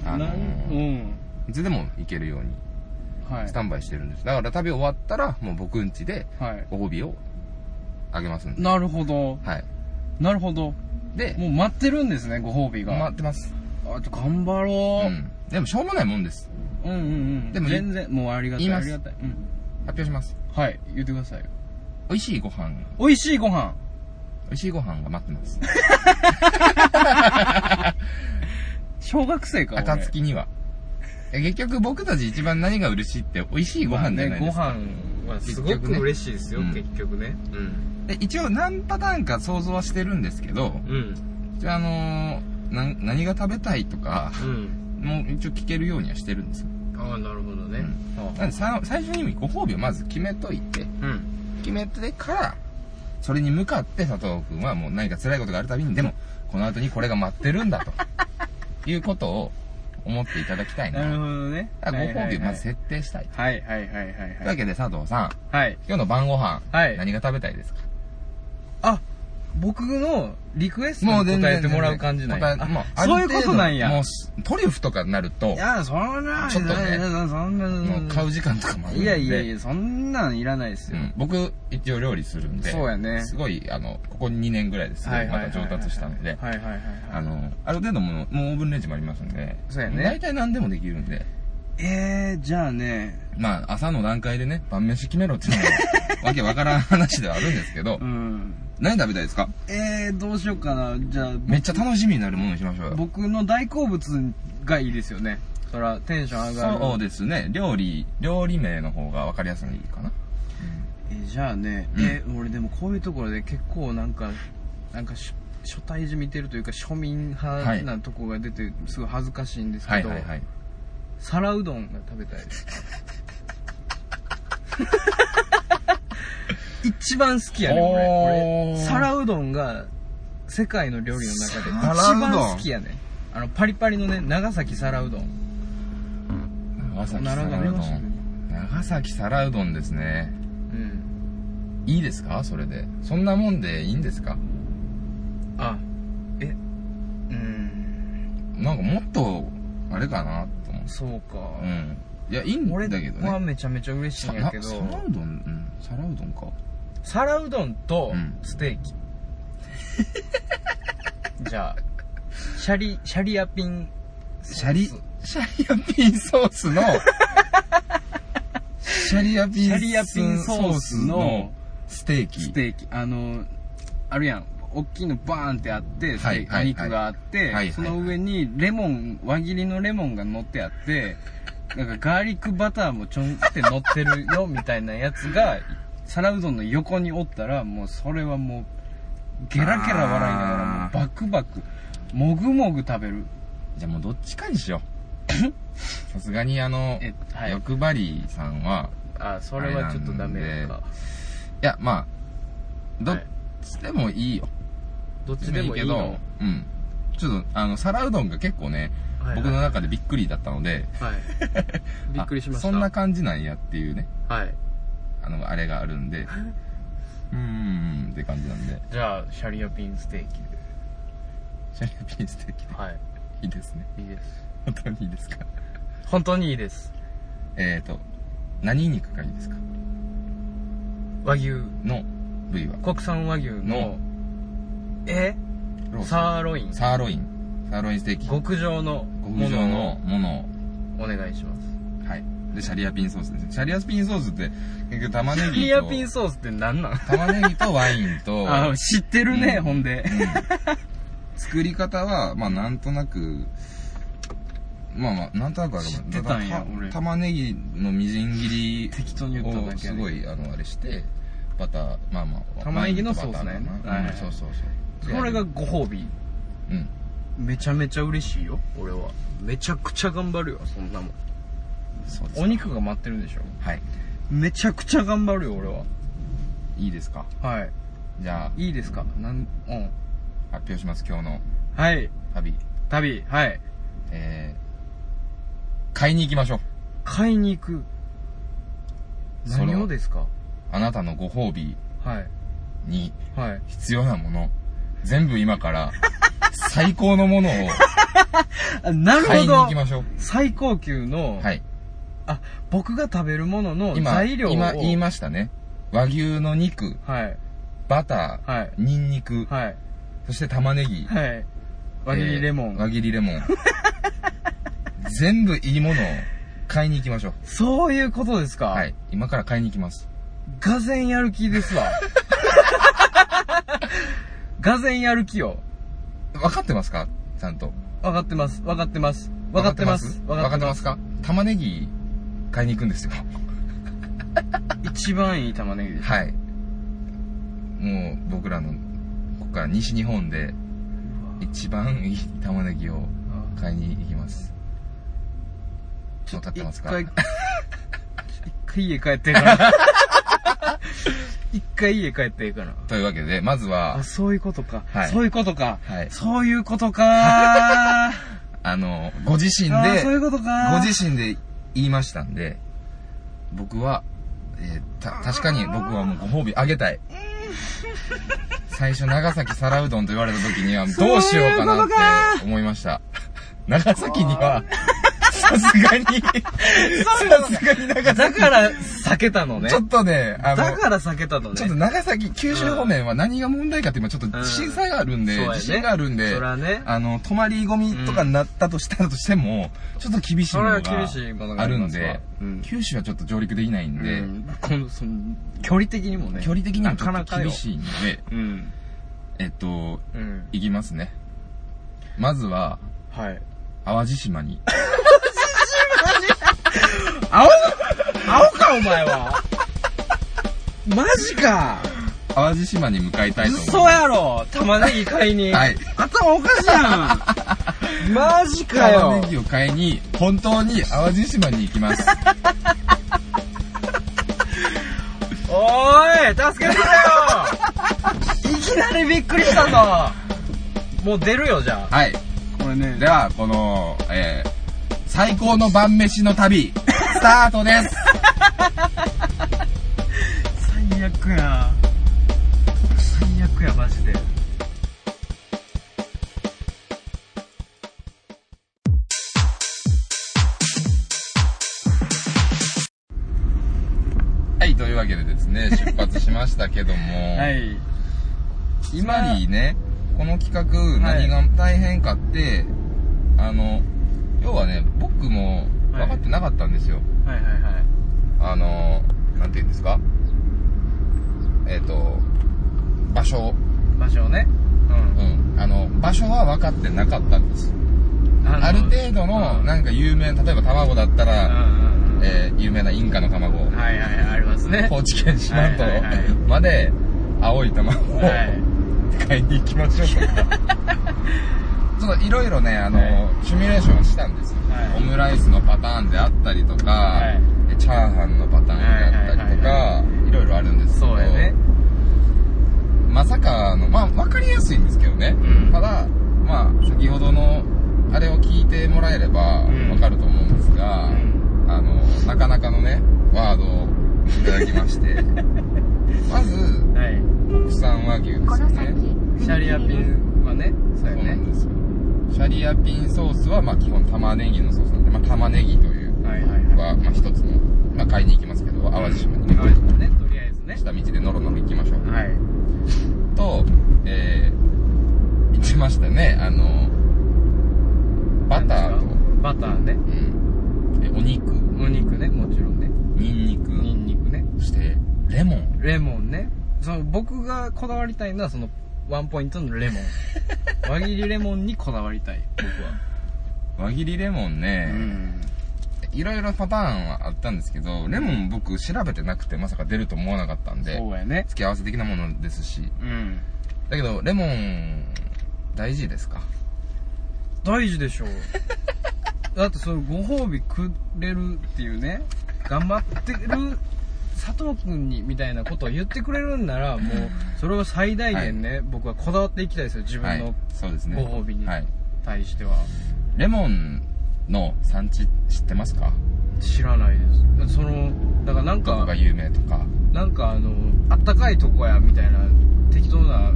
S2: あ
S1: な
S2: のー
S1: んうん。
S2: いつでも行けるように
S1: はい
S2: ス。タンバイしてるんです。だから旅終わったら、もう僕ん家で
S1: はい。
S2: ご褒美をあげますんで。
S1: なるほど。
S2: はい。
S1: なるほど。
S2: で、
S1: もう待ってるんですね、ご褒美が。
S2: 待ってます。
S1: あ、ちょ頑張ろ
S2: うん。でもしょうもないもんです。
S1: う。うん、うん、うん。
S2: でも
S1: 全然、もうありがた
S2: 言
S1: い、
S2: いま
S1: あ
S2: す
S1: りがたい。うん。
S2: 発表します。
S1: はい、言ってくださいよ。
S2: 美味しいご飯、
S1: 美味しいご飯。
S2: 美味しいご飯が待ってます。
S1: 小学生か、俺
S2: 暁には。え結局僕たち一番何が嬉しいって美味しいご飯じゃないですか。
S1: まあねご飯はすご
S2: 結
S1: く
S2: 局ね
S1: 嬉しいですよ、
S2: うん
S1: 結局ね。うん。
S2: で一応何パターンか想像はしてるんですけど、
S1: うん。
S2: 一応あのーな何が食べたいとか、
S1: うん。
S2: もう一応聞けるようにはしてるんですよ。
S1: ああ、なるほどね。
S2: うん
S1: は
S2: なんでさ最初にご褒美をまず決めといて、
S1: あうん。
S2: 決めてから、それに向かって佐藤くんはもう何か辛いことがあるたびに、でも、この後にこれが待ってる んだと、いうことを思っていただきたい
S1: なる
S2: な。
S1: ほどね。
S2: だからご褒美をまず
S1: はい
S2: 設定したい。
S1: はいはいはいはい
S2: という
S1: は
S2: わ
S1: い。
S2: けで佐藤さん、
S1: はい。
S2: 今日の晩ご飯、
S1: はい
S2: 何が食べたいですか
S1: あ、僕のリクエストに
S2: もう全然
S1: 答えてもらう感じなんや
S2: 答えもう
S1: あそういうことなんや
S2: ある程度もうしトリュフとかになると
S1: いやそんな
S2: ちょっとね
S1: いやいやそんな
S2: もう買う時間とかもあるんで
S1: いやいやいやそんなんいらないです
S2: う
S1: よ、
S2: ん、僕一応料理するんで
S1: そうやね
S2: すごいあのここ2年ぐらいですごいまた上達したので
S1: はいはいはいはい
S2: あのある程度もうもうオーブンレンジもありますんで
S1: そうやね
S2: 大体何でもできるんで
S1: えー、じゃあね
S2: まあ朝の段階でね晩飯決めろっていうの はわけわからん話ではあるんですけど、
S1: うん
S2: 何食べたいですか
S1: えー、どうしようかなじゃあ
S2: めっちゃ楽しみになるものにしましょうよ
S1: 僕の大好物がいいですよねそらテンション上がる
S2: そうですね料理料理名の方が分かりやすいかな
S1: えーじゃあね、
S2: うん
S1: えー俺でもこういうところで結構なんかなんかし初対じみてるというか庶民
S2: は
S1: 派
S2: い
S1: なとこが出てすごい恥ずかしいんです
S2: は
S1: け
S2: い
S1: ど、
S2: はいはい
S1: 皿うどんが食べたいです一番好きやね俺
S2: おー
S1: 俺皿うどんが世界の料理の中で
S2: 皿
S1: 一
S2: うどん
S1: 番好きやねあのパリパリのね長崎皿うどん
S2: 長崎
S1: なるほど
S2: 皿
S1: あり
S2: うど
S1: ましたね
S2: ん長崎皿うどんですね
S1: うん
S2: いいですかそれでそんなもんでいいんですか
S1: あえうん
S2: なんかもっとあれかなと思うんです
S1: そうか、
S2: うんいやいいん
S1: 俺
S2: だけど
S1: は
S2: ね
S1: めちゃめちゃ嬉しい
S2: さ
S1: んやけど
S2: 皿うどんうん皿うどんか
S1: 皿うどんと
S2: うん
S1: ステ ーキ、じゃあシャリシャリアピン
S2: シャリシャリアピンソース のシャリアピン
S1: シャリアピンソースの
S2: ステーキ
S1: ステーキあのあるやん大きいのバーンってあって、ステ
S2: は
S1: ー
S2: い
S1: キ
S2: はい
S1: お肉があって、
S2: いはい
S1: その上にレモン輪切りのレモンが乗ってあってなんかガーリックバターもちょんって乗ってるよみたいなやつが皿うどんの横におったらもうそれはもうゲラゲラ笑いながらもうバクバクもぐもぐ食べる
S2: じゃあもうどっちかにしよ うさすがにあの、
S1: えはい
S2: 欲張りさんは
S1: あそれはちょっとダメですか
S2: いやまあど
S1: はい
S2: っちでもいいよ、
S1: どっ
S2: どっ
S1: ちでもいいの
S2: うんちょっとあの皿うどんが結構ね、
S1: はい
S2: 僕の中でびっくりだったので
S1: はい びっくりしました
S2: あそんな感じなんやっていうね
S1: はい
S2: あのあれがある んでうーんって感じなんで
S1: じゃあシャリアピンステーキで
S2: シャリアピンステーキで
S1: はい
S2: いいですね
S1: いいです
S2: 本当にいいですか
S1: 本当にいいです
S2: えーと何肉がいいですか
S1: 和牛
S2: の部位は
S1: 国産和牛の
S2: の
S1: え
S2: ロース
S1: サーロイン
S2: サーロインサーロインステーキ
S1: 極上のも
S2: 極上の
S1: の
S2: ものを
S1: をお願いします
S2: はいでシャリアピンソースですねシャリアピンソースって結局玉
S1: シ
S2: ね
S1: ャ
S2: ぎ
S1: リアピン
S2: と
S1: ソースって何なん
S2: 玉ねぎとワインと
S1: あ知ってるね、
S2: うん
S1: ほんで
S2: 作り方はまあなんとなくまあまあなんとなくは
S1: 知ってたんや俺
S2: 玉ねぎのみじん切り
S1: 適当に言っただ
S2: を
S1: けや
S2: す
S1: ね
S2: ごいあのあれしてバターまあまあ
S1: 玉ねぎの
S2: ワインとバ
S1: ソー
S2: タ
S1: スね
S2: か
S1: はいは
S2: なう
S1: い
S2: んそうそうそう
S1: これがご褒美
S2: うん
S1: めちゃめちゃ嬉しいよ俺はめちゃくちゃ頑張るよそんなもん
S2: そうです
S1: お肉が待ってるでしょ
S2: はい
S1: めちゃくちゃ頑張るよ俺はい
S2: いですか
S1: はい
S2: じゃあ
S1: いいですかなんうん
S2: 発表します今日の
S1: はい
S2: 旅
S1: 旅はい
S2: えー、買いに行きましょう
S1: 買いに行く
S2: その
S1: 何をですか
S2: あなたのご褒美
S1: はい
S2: に
S1: はい
S2: 必要なもの全部今から 最高のものを
S1: あなる
S2: 買い
S1: ほ
S2: に行
S1: ど
S2: きましょう
S1: 最高級の、
S2: はい
S1: あ僕が食べるものの
S2: 今
S1: 材料を
S2: 今言いましたね和牛の肉
S1: はい
S2: バター、
S1: はい
S2: ニンニク、
S1: はい
S2: そして玉ねぎ、
S1: はい輪切りレモン、
S2: えー輪切りレモ ン全部いいものを買いに行きましょう
S1: そういうことですか、
S2: はい今から買いに行きます
S1: がぜんやる気です わがぜんやる気よ
S2: 分かってますかちゃんと
S1: 分かってます分かってます分かってます
S2: 分かってますか玉ねぎ買いに行くんですよ
S1: 一番いい玉ねぎです
S2: はい。もう僕らの、ここから西日本で一番いい玉ねぎを買いに行きます。もう立ってますか
S1: 一回、一回家帰っていいかな。 一回家帰っていいかな。
S2: というわけで、まずは
S1: あ、、そういうことか。
S2: はい
S1: そういうことか。
S2: はい
S1: そういうこと か。あ
S2: あの、ご自身
S1: ーそうい
S2: で、
S1: うことか。
S2: ご自身で言いましたんで、僕は、えーた、確かに僕はもうご褒美あげたい。最初長崎皿うどんと言われた時にはどうしようかなって思いま した長崎にはさすがにさすがに長崎
S1: だから避けたのね
S2: ちょっとねあの
S1: だから避けたのね
S2: ちょっと長崎、九州方面は何が問題かって今ちょっと震災があるん
S1: う
S2: で、
S1: んそうやね
S2: 地震があるんで、
S1: そらね
S2: あの、泊まり込みとかになったとしたとしても、ちょっと厳しいもの
S1: それは厳しいもの
S2: が
S1: が
S2: あ
S1: あ
S2: る
S1: り
S2: ん
S1: ますわ
S2: で、
S1: うん
S2: 九州はちょっと上陸できないんで、
S1: うんこのその距離的にもね
S2: 距離的にもちょっ
S1: なか
S2: と
S1: なかよ
S2: 厳しいんで、
S1: うん
S2: えっと、
S1: うん
S2: 行きますね。まずは、
S1: はい
S2: 淡路島に。
S1: 青青かお前 はマジか
S2: 淡路島に向かいたいと思います。
S1: 嘘やろ玉ねぎ買いに、
S2: はい
S1: 頭おかしいや んマジか
S2: 玉
S1: よ
S2: ねぎを買いに、本当に淡路島に行きます。
S1: おーい助けてくれよいきなりびっくりしたぞもう出るよじゃあ
S2: はい。
S1: これね
S2: では、この、えー最高の晩飯の旅、スタート です
S1: 最悪や最悪やマジで
S2: はい、というわけでですね、出発しましたけども、
S1: はい
S2: つまりね、この企画、
S1: はい
S2: 何が大変かって、あの、要はね、僕も分かってなかったんですよ。
S1: はいはいはい
S2: あの、なんて言うんですかえっ、と、場所、
S1: 場所をねう
S2: うん、あの、場所は分かってなかったんです。
S1: ん
S2: ある程度の、
S1: うん
S2: なんか有名な、例えば卵だったら、
S1: うんうん
S2: えー有名なインカの卵、
S1: うんはいはいはいありますね
S2: 高知県四万十
S1: はいはいはい
S2: まで青い卵を
S1: はい
S2: 買いに行きましょうとか、 ちょっといろいろねあの、
S1: は
S2: シミュレーションしたんですよ、
S1: はい
S2: オムライスのパターンであったりとか、
S1: はい
S2: でチャーハンのパターンであったりとか、
S1: はい
S2: いろいろあるんですけ
S1: そ
S2: ど
S1: うやね
S2: まさかのまあ分かりやすいんですけどね、
S1: うん
S2: ただまあ先ほどのあれを聞いてもらえれば
S1: うん
S2: 分かると思うんですが、
S1: うん
S2: あの、なかなかのね、ワードをいただきまして。 まず、
S1: はい
S2: 国産和牛で
S3: こ
S2: すよ
S3: の先
S2: ね。
S1: シャリアピンはね、そう
S2: そ
S1: や
S2: うな
S1: ね
S2: ん。ですよ。シャリアピンソースは、まあ基本玉ねぎのソースなんで、まあ玉ねぎという、
S1: はいはいはい。
S2: は、まあ一つの、まあ買いに行きますけど、淡路島にね、
S1: 淡路島ね、とりあえずね。
S2: 下道でノロノロ行きましょう。
S1: はい。
S2: と、えー、行きましたね、あの、バターと、
S1: バターね。
S2: うん、えお肉、
S1: お肉ね、もちろんね。
S2: ニンニ
S1: ニ
S2: ク、
S1: ンニクね。
S2: そして、レモン。
S1: レモンね。その、僕がこだわりたいのは、その、ワンポイントのレモ ン。輪切りレモンにこだわりたい、僕は。
S2: 輪切りレモンね、
S1: ん。
S2: いろいろパターンはあったんですけど、レモン僕調べてなくてまさか出ると思わなかったんで、
S1: そうやね。
S2: 付け合わせ的なものですし。
S1: うん。
S2: だけど、レモン、大事ですか
S1: 大事でしょう。 だって、その、ご褒美くれるっていうね、頑張ってる、佐藤くんにみたいなことを言ってくれるんなら、もう、それを最大限ね、僕はこだわっていきたいですよ、自
S2: は
S1: 分
S2: い
S1: の。
S2: そうですね。
S1: ご褒美に
S2: はい。
S1: 対しては。
S2: レモンの産地知ってますか
S1: 知らないですそのだからなん
S2: どこ
S1: か
S2: が有名とか。
S1: なんかあのあったかいとこやみたいな適当な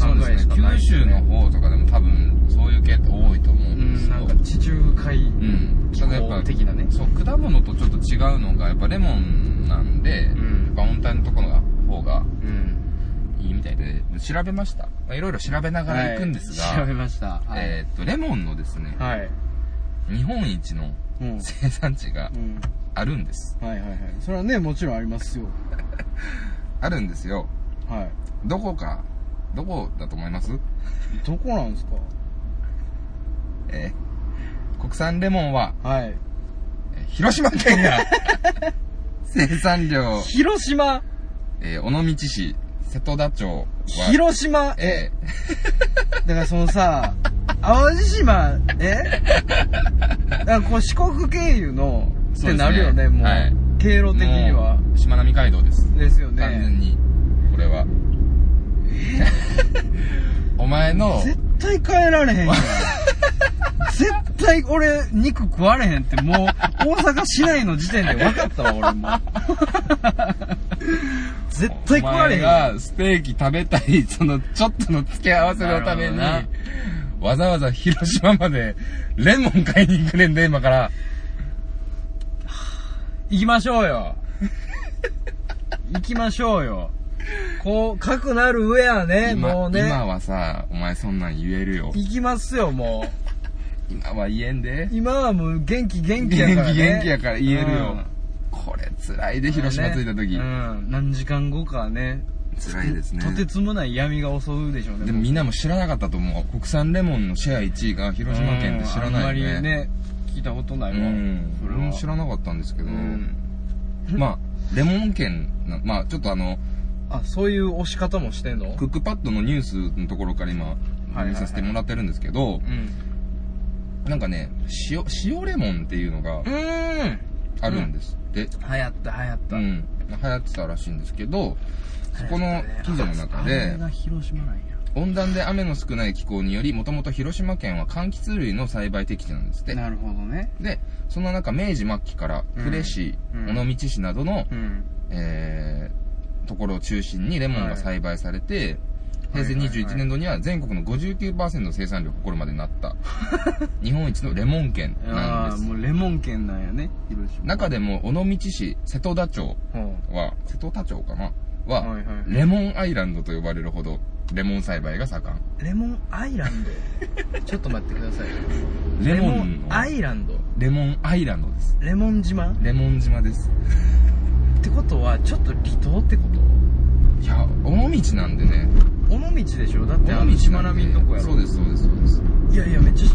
S1: 考えしかない、
S2: 九州の方とかでも多分、そういう系って多いと思う
S1: うん
S2: です
S1: ん
S2: よ。
S1: なんか地中海
S2: うん。
S1: 気
S2: ただやっ
S1: 候
S2: ぱ
S1: 的なね
S2: そう果物とちょっと違うのがやっぱレモンなんで、
S1: ん
S2: やっぱ温帯のところが方が
S1: うん
S2: いいみたいで調べましたまあいろいろ調べながら行くんですが、
S1: はい調べましたはい、
S2: えーっとレモンのですね、
S1: はい
S2: 日本一の
S1: うん
S2: 生産地が
S1: うん
S2: あるんです
S1: はいはいはいそれはねもちろんありますよ
S2: あるんですよ
S1: はい
S2: どこかどこだと思います
S1: どこなんですか
S2: えー国産レモンは
S1: はい
S2: えー広島県が 生産量、
S1: 広島
S2: えー尾道市瀬戸田町は
S1: 広島え
S2: えー
S1: だからそのさ淡路島えだからこう四国経由のっ
S2: そうですね
S1: てなるよねもう、
S2: はい
S1: 経路的には
S2: もうしまなみ海道です
S1: ですよ
S2: 完
S1: ね
S2: 全にこ れはお前の
S1: 絶対帰られへん やん絶対俺肉食われへんってもう大阪市内の時点で分かったわ俺も 絶対来られへ
S2: お前
S1: んよ
S2: がステーキ食べたい、 そのちょっとの付け合わせのために
S1: なるほ、
S2: わざわざ広島までレモン買いに行くねんで、今から。
S1: 行きましょうよ行きましょうよこうかくなる上はね
S2: 今
S1: もうね
S2: 今はさ、お前そんなん言えるよ。
S1: 行きますよも
S2: 今は言えんで
S1: う。今はもう元気元
S2: 元
S1: 気
S2: 気
S1: やから、ね、
S2: 元気やから言える
S1: う
S2: よ
S1: ん。
S2: これ辛いで、広島着いた時
S1: う。ん何時間後かはね
S2: 辛いですね。
S1: とてつもない闇が襲うでしょうね
S2: でもみんなも知らなかったと思う。国産レモンのシェア1位が広島県って知らないよ
S1: うんあんまり
S2: ね。
S1: ね聞いたことな
S2: う
S1: いわ、
S2: ん。
S1: それ
S2: 俺
S1: は
S2: も知らなかったんですけど
S1: う。ん
S2: まあ、レモン県な、まあちょっとあの、
S1: あそういう押し方もしてんの
S2: クックパッドのニュースのところから今、
S1: はいはい
S2: 見させてもらってるんですけど、
S1: うん
S2: なんかね、塩、塩レモンっていうのが
S1: うーん
S2: あるんですって。
S1: 流行った流行っ
S2: う
S1: た、
S2: ん。流行ってたらしいんですけど、そこの記事の中
S1: あれ
S2: で、
S1: が広島なんや
S2: 温暖で雨の少ない気候により、もともと広島県は柑橘類の栽培適地なんですって。
S1: なるほどね
S2: で、その中、明治末期から、呉市、
S1: うん
S2: 尾道市などの、
S1: うん
S2: えーところを中心にレモンが栽培されて、
S1: はい
S2: 平
S1: はい
S2: 成
S1: はい
S2: 21年度には全国の59%の生産量を誇るまでにな った、日本一のレモン県なん
S1: ああ
S2: です。
S1: もうレモン県なんやね広島
S2: 中でも、尾道市、瀬戸田町
S1: ほ
S2: は、瀬戸田町かなは、
S1: はいはい
S2: レモンアイランドと呼ばれるほど、レモン栽培が盛ん。
S1: うレモンアイランド ちょっと待ってください
S2: レモ
S1: レモ
S2: ン
S1: ン
S2: の、
S1: アイランド
S2: レモンアイランドです。
S1: レモン島っ
S2: レモン島です。
S1: てことはちょっと離島ってこと
S2: いや、尾道なんでね。
S1: 尾道でしょだっ
S2: 尾
S1: てあの
S2: 道
S1: 島
S2: なんで
S1: 並みのとこやろ
S2: そうです、そうです、そうです。
S1: いやいやめっちゃし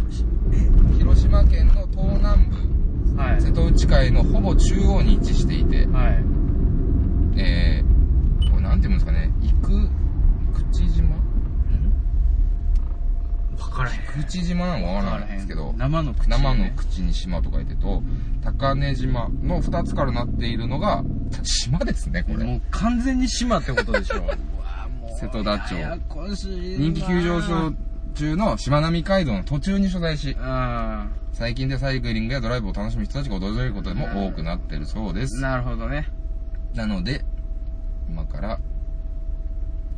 S1: え
S2: 広島県の東南部、
S1: はい
S2: 瀬戸内海のほぼ中央に位置していて、
S1: はい
S2: えー、これなんていうんですかね、生口島
S1: 分からへん
S2: 口島なのかわからないですけど、
S1: 生の口、ね、
S2: 生の口に島と書いてと、高根島の二つからなっているのが、島ですね、これ。
S1: もう完全に島ってことでしょ うわもう
S2: 瀬戸田町
S1: ややこしいな
S2: 人気急上昇中のしまなみ海道の途中に所在し、
S1: あ
S2: 最近でサイクリングやドライブを楽しむ人たちが訪れることでも多くなってるそうで
S1: ー
S2: す。
S1: なるほどね、
S2: なので、今から、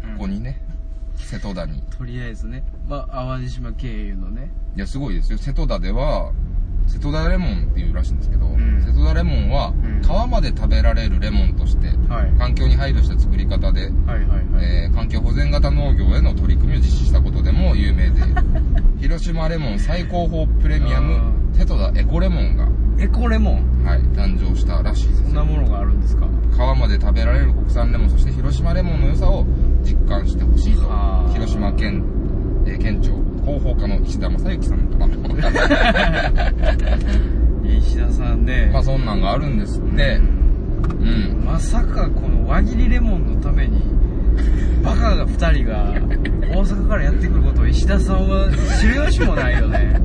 S1: うん
S2: ここにね、瀬戸田に。
S1: とりあえずね、まあ、淡路島経由のね
S2: いや、すごいですよ。瀬戸田では、瀬戸田レモンっていうらしいんですけど、
S1: ん
S2: 瀬戸田レモンは
S1: ん、
S2: 皮まで食べられるレモンとして、
S1: はい
S2: 環境に配慮した作り方で、
S1: はいはいはい、
S2: えー環境保全型農業への取り組みを実施したことでも有 名で、広島レモン最高峰プレミア
S1: あ
S2: ム、瀬戸田エコレモンが、
S1: エコレモン
S2: はい、誕生したらしいです
S1: そん。なものがあるんですか
S2: 皮まで食べられる国産レモン、そして広島レモンの良さを実感してほしいと
S1: あー、
S2: 広島県、えー県庁広報課の石田正幸さんからの
S1: いや石田さんね、
S2: まあそんなんがあるんですって
S1: う。ん
S2: うん。
S1: まさかこの輪切りレモンのためにバカが2人が大阪からやってくることを石田さんは知る由もないよ ね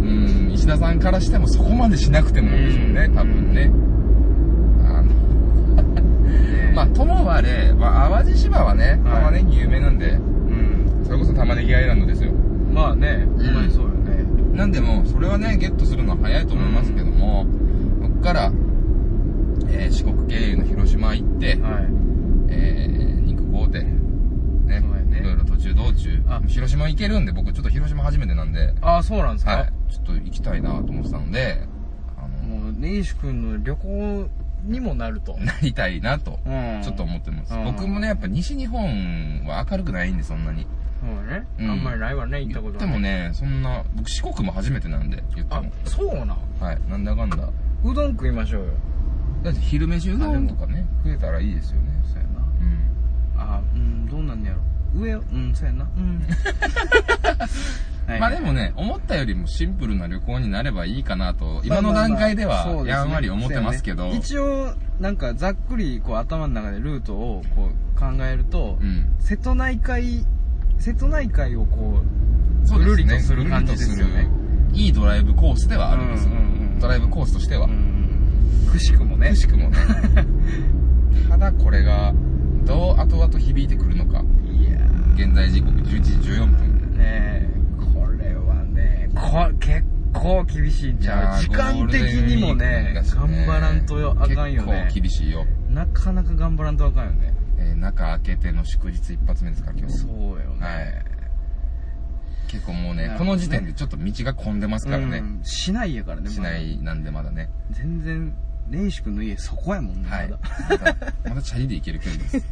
S2: うん、石田さんからしてもそこまでしなくてもいいでしょうね、
S1: うん
S2: 多分ね。あの、まあともあれ、まあ淡路島はね、
S1: はい
S2: 玉ねぎ有名なんで、
S1: うん
S2: それこそ玉ねぎアイランドですよ。
S1: まあねほんまにそうよね
S2: なんでもう、それはね、ゲットするのは早いと思いますけども、ここから、えー四国経由の広島行って、
S1: はい
S2: えー、肉豪邸、ね、
S1: そうやね
S2: いろいろ途中道中
S1: あ、
S2: 広島行けるんで、僕ちょっと広島初めてなんで、
S1: ああそうなんですか、
S2: はい、ちょっと行きたいなと思ってたので、あの、
S1: もう根岸君の旅行にもなると
S2: なりたいなと、
S1: うん
S2: ちょっと思ってます。
S1: うん
S2: 僕もね、やっぱ西日本は明るくないんで、そんなに。
S1: そうね、
S2: うん
S1: あんまりないわね行ったこと
S2: で
S1: は
S2: も
S1: ね
S2: ね、そんな、僕四国も初めてなんで、言って
S1: あ
S2: も。
S1: そうなん
S2: はい、なんだかんだ。
S1: うどん食いましょうよ
S2: だって昼飯うどんとかね、食えたらいいですよね。
S1: そうやな
S2: うん。
S1: あうんどうなんねやろ上うんそうやなうん はい
S2: まあでもね、思ったよりもシンプルな旅行になればいいかなと、今の段階で
S1: まあまあまあそ
S2: は
S1: う、ですね
S2: やんわり思ってますけ
S1: そ
S2: ど、
S1: うやね一応なんかざっくりこう頭の中でルートをこう考えると、
S2: うん。
S1: 瀬戸内海瀬戸内海をこう
S2: そう
S1: ぐる
S2: ですね
S1: りとする感じですよね。
S2: いいドライブコースではあるんですよ
S1: うんうんうん。
S2: ドライブコースとしては
S1: う。んくしくもね
S2: くしくもね。ただこれが、どう後々響いてくるのか。
S1: いやー
S2: 現在時刻11時14分。
S1: ねえこれはねこ結構厳しいん
S2: い
S1: ちゃ
S2: や
S1: う
S2: ー
S1: 時間的にもね
S2: ゴールデンウィークだし
S1: 頑張らんとよあかんよね
S2: 結構厳しいよ。
S1: なかなか頑張らんとあかんよね
S2: ええー中明けての祝日一発目ですから今日
S1: そうよね、
S2: はい結構もうね
S1: なる
S2: こ
S1: ほどね
S2: の時点でちょっと道が混んでますからね、
S1: うん市内やからねまだ
S2: 市内なんでまだね、
S1: 全然蓮司君の家そこやもんね、
S2: はい
S1: まだ
S2: まだ まだチャリで行ける距離です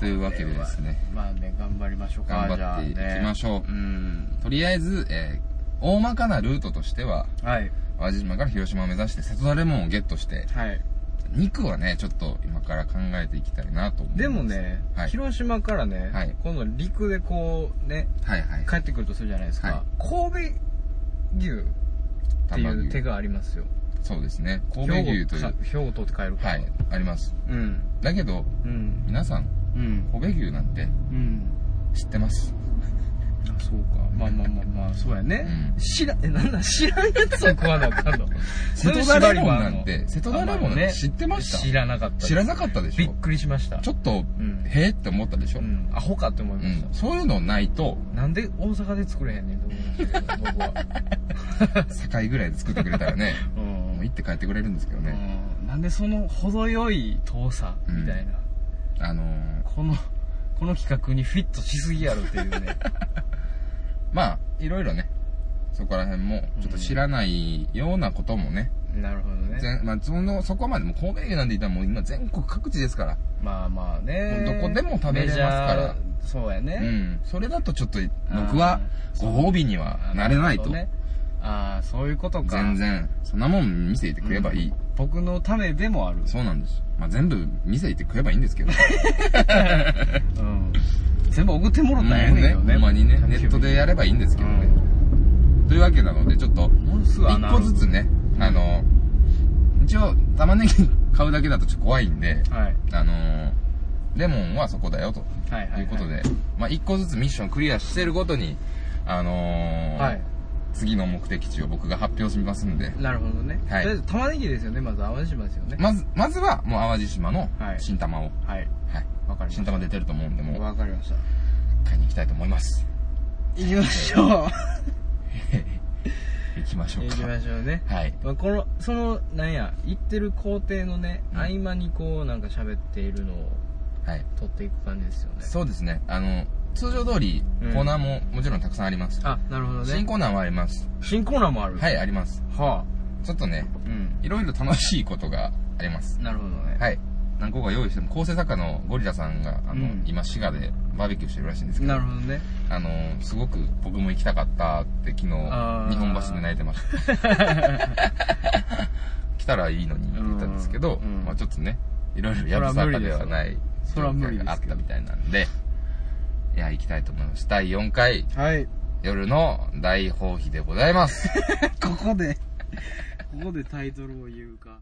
S2: というわけでですね
S1: まあね頑張りましょうか
S2: 頑張っていきましょう
S1: じゃあねうん
S2: とりあえず、えー大まかなルートとしては
S1: はい
S2: 淡路島から広島を目指して瀬戸田レモンをゲットして
S1: はい
S2: 肉はねちょっと今から考えていきたいなと思います
S1: でもね、
S2: はい、
S1: 広島からね、
S2: はい
S1: 今度陸でこうね
S2: はいはい
S1: 帰ってくるとするじゃないですか、
S2: はい
S1: 神戸牛っていう手がありますよ
S2: そうですね神戸牛と
S1: 兵庫
S2: いう
S1: か兵庫取って帰るから
S2: はいあります
S1: うん
S2: だけど
S1: うん
S2: 皆さん
S1: うん
S2: 神戸牛なんて
S1: うん
S2: 知ってます
S1: あそうかまあまあまあまあそうやね、
S2: うん
S1: 知らえなんなん知らんやつを食わなあかん の
S2: 瀬戸田レモンなんて瀬戸田レモンなん
S1: あまあね
S2: て知ってました
S1: 知らなかったです
S2: 知らなかったでし
S1: びっ
S2: ょ
S1: くりしました
S2: ちょっと
S1: うん
S2: へえって思ったでしょ、
S1: う
S2: うん
S1: んアホかって思いました、
S2: そういうのないと
S1: なんで大阪で作れへんねんと思いましたけど僕は、
S2: 境ぐらいで作ってくれた らね
S1: うん
S2: もう行って帰ってくれるんですけどね、
S1: うんなんでその程よい遠さみたいな、
S2: あのー
S1: このこの企画にフィットしすぎやろっていう ね
S2: まあいろいろねそこら辺もちょっと知らないようなこともね、
S1: なるほどね
S2: 全まあ、そのそこまでもう神戸牛なんて言ったらもう今全国各地ですから
S1: まあまあね
S2: どこでも食べれ
S1: メ
S2: ますから
S1: ジャーそうやね、
S2: うん、それだとちょっと僕はご褒美には
S1: あ
S2: なれないと、
S1: るほどねああそういうことか
S2: 全然そんなもん店行って食えばいい、
S1: 僕のためでもある
S2: そうなんです、まあ、全部店行って食えばいいんですけ ど
S1: うん全部送ってもろたんやねんけどね
S2: ほんまにねネットでやればいいんですけどね、というわけなのでちょっと
S1: もうすぐ穴
S2: 一個ずつねあの一応玉ねぎ買うだけだとちょっと怖いんで
S1: はい
S2: あのレモンはそこだよと
S1: はいはい
S2: いうことで、まあ、一個ずつミッションクリアしてるごとにあのー
S1: はい
S2: 次の目的地を僕が発表しますんで
S1: なるほどね、
S2: はい
S1: とりあえず玉ねぎですよねまず淡路島ですよね、
S2: まずまずはもう淡路島の
S1: はい
S2: 新玉を、はい
S1: はいわかりま
S2: 新
S1: し
S2: 玉出てると思うんで
S1: た
S2: もう
S1: わかりました
S2: 買いに行きたいと思います
S1: 行きましょ
S2: 行きましょ
S1: う
S2: う
S1: 行
S2: か
S1: きましょうね
S2: はい
S1: まあ、このそのなんや行ってる工程のね、
S2: うん
S1: 合間にこうなんか喋っているのを
S2: はい
S1: 撮っていく感じですよね
S2: そうですねあの通常通り
S1: うん
S2: コーナーももちろんたくさんあります、
S1: あなるほど
S2: 新
S1: ね
S2: コーナーもあります
S1: 新コーナーもある
S2: はいあります
S1: は
S2: ちょっとね
S1: あうん
S2: いろいろ楽しいことがあります
S1: なるほどね
S2: はい何個か用意しても構成作家のゴリラさんがあ
S1: う
S2: の、
S1: ん
S2: 今滋賀でバーベキューしてるらしいんですけど
S1: なるほどね
S2: あのすごく僕も行きたかったって昨日日
S1: あー
S2: 本橋で泣いてました 来たらいいのにって言ったんですけど、
S1: うん
S2: まあ、ちょっとねいろいろやぶさかではない
S1: それは無理ですよ
S2: があったみたいなんでいや行きたいと思います第4回
S1: はい
S2: 夜の大放棄でございます
S1: ここでここでタイトルを言うか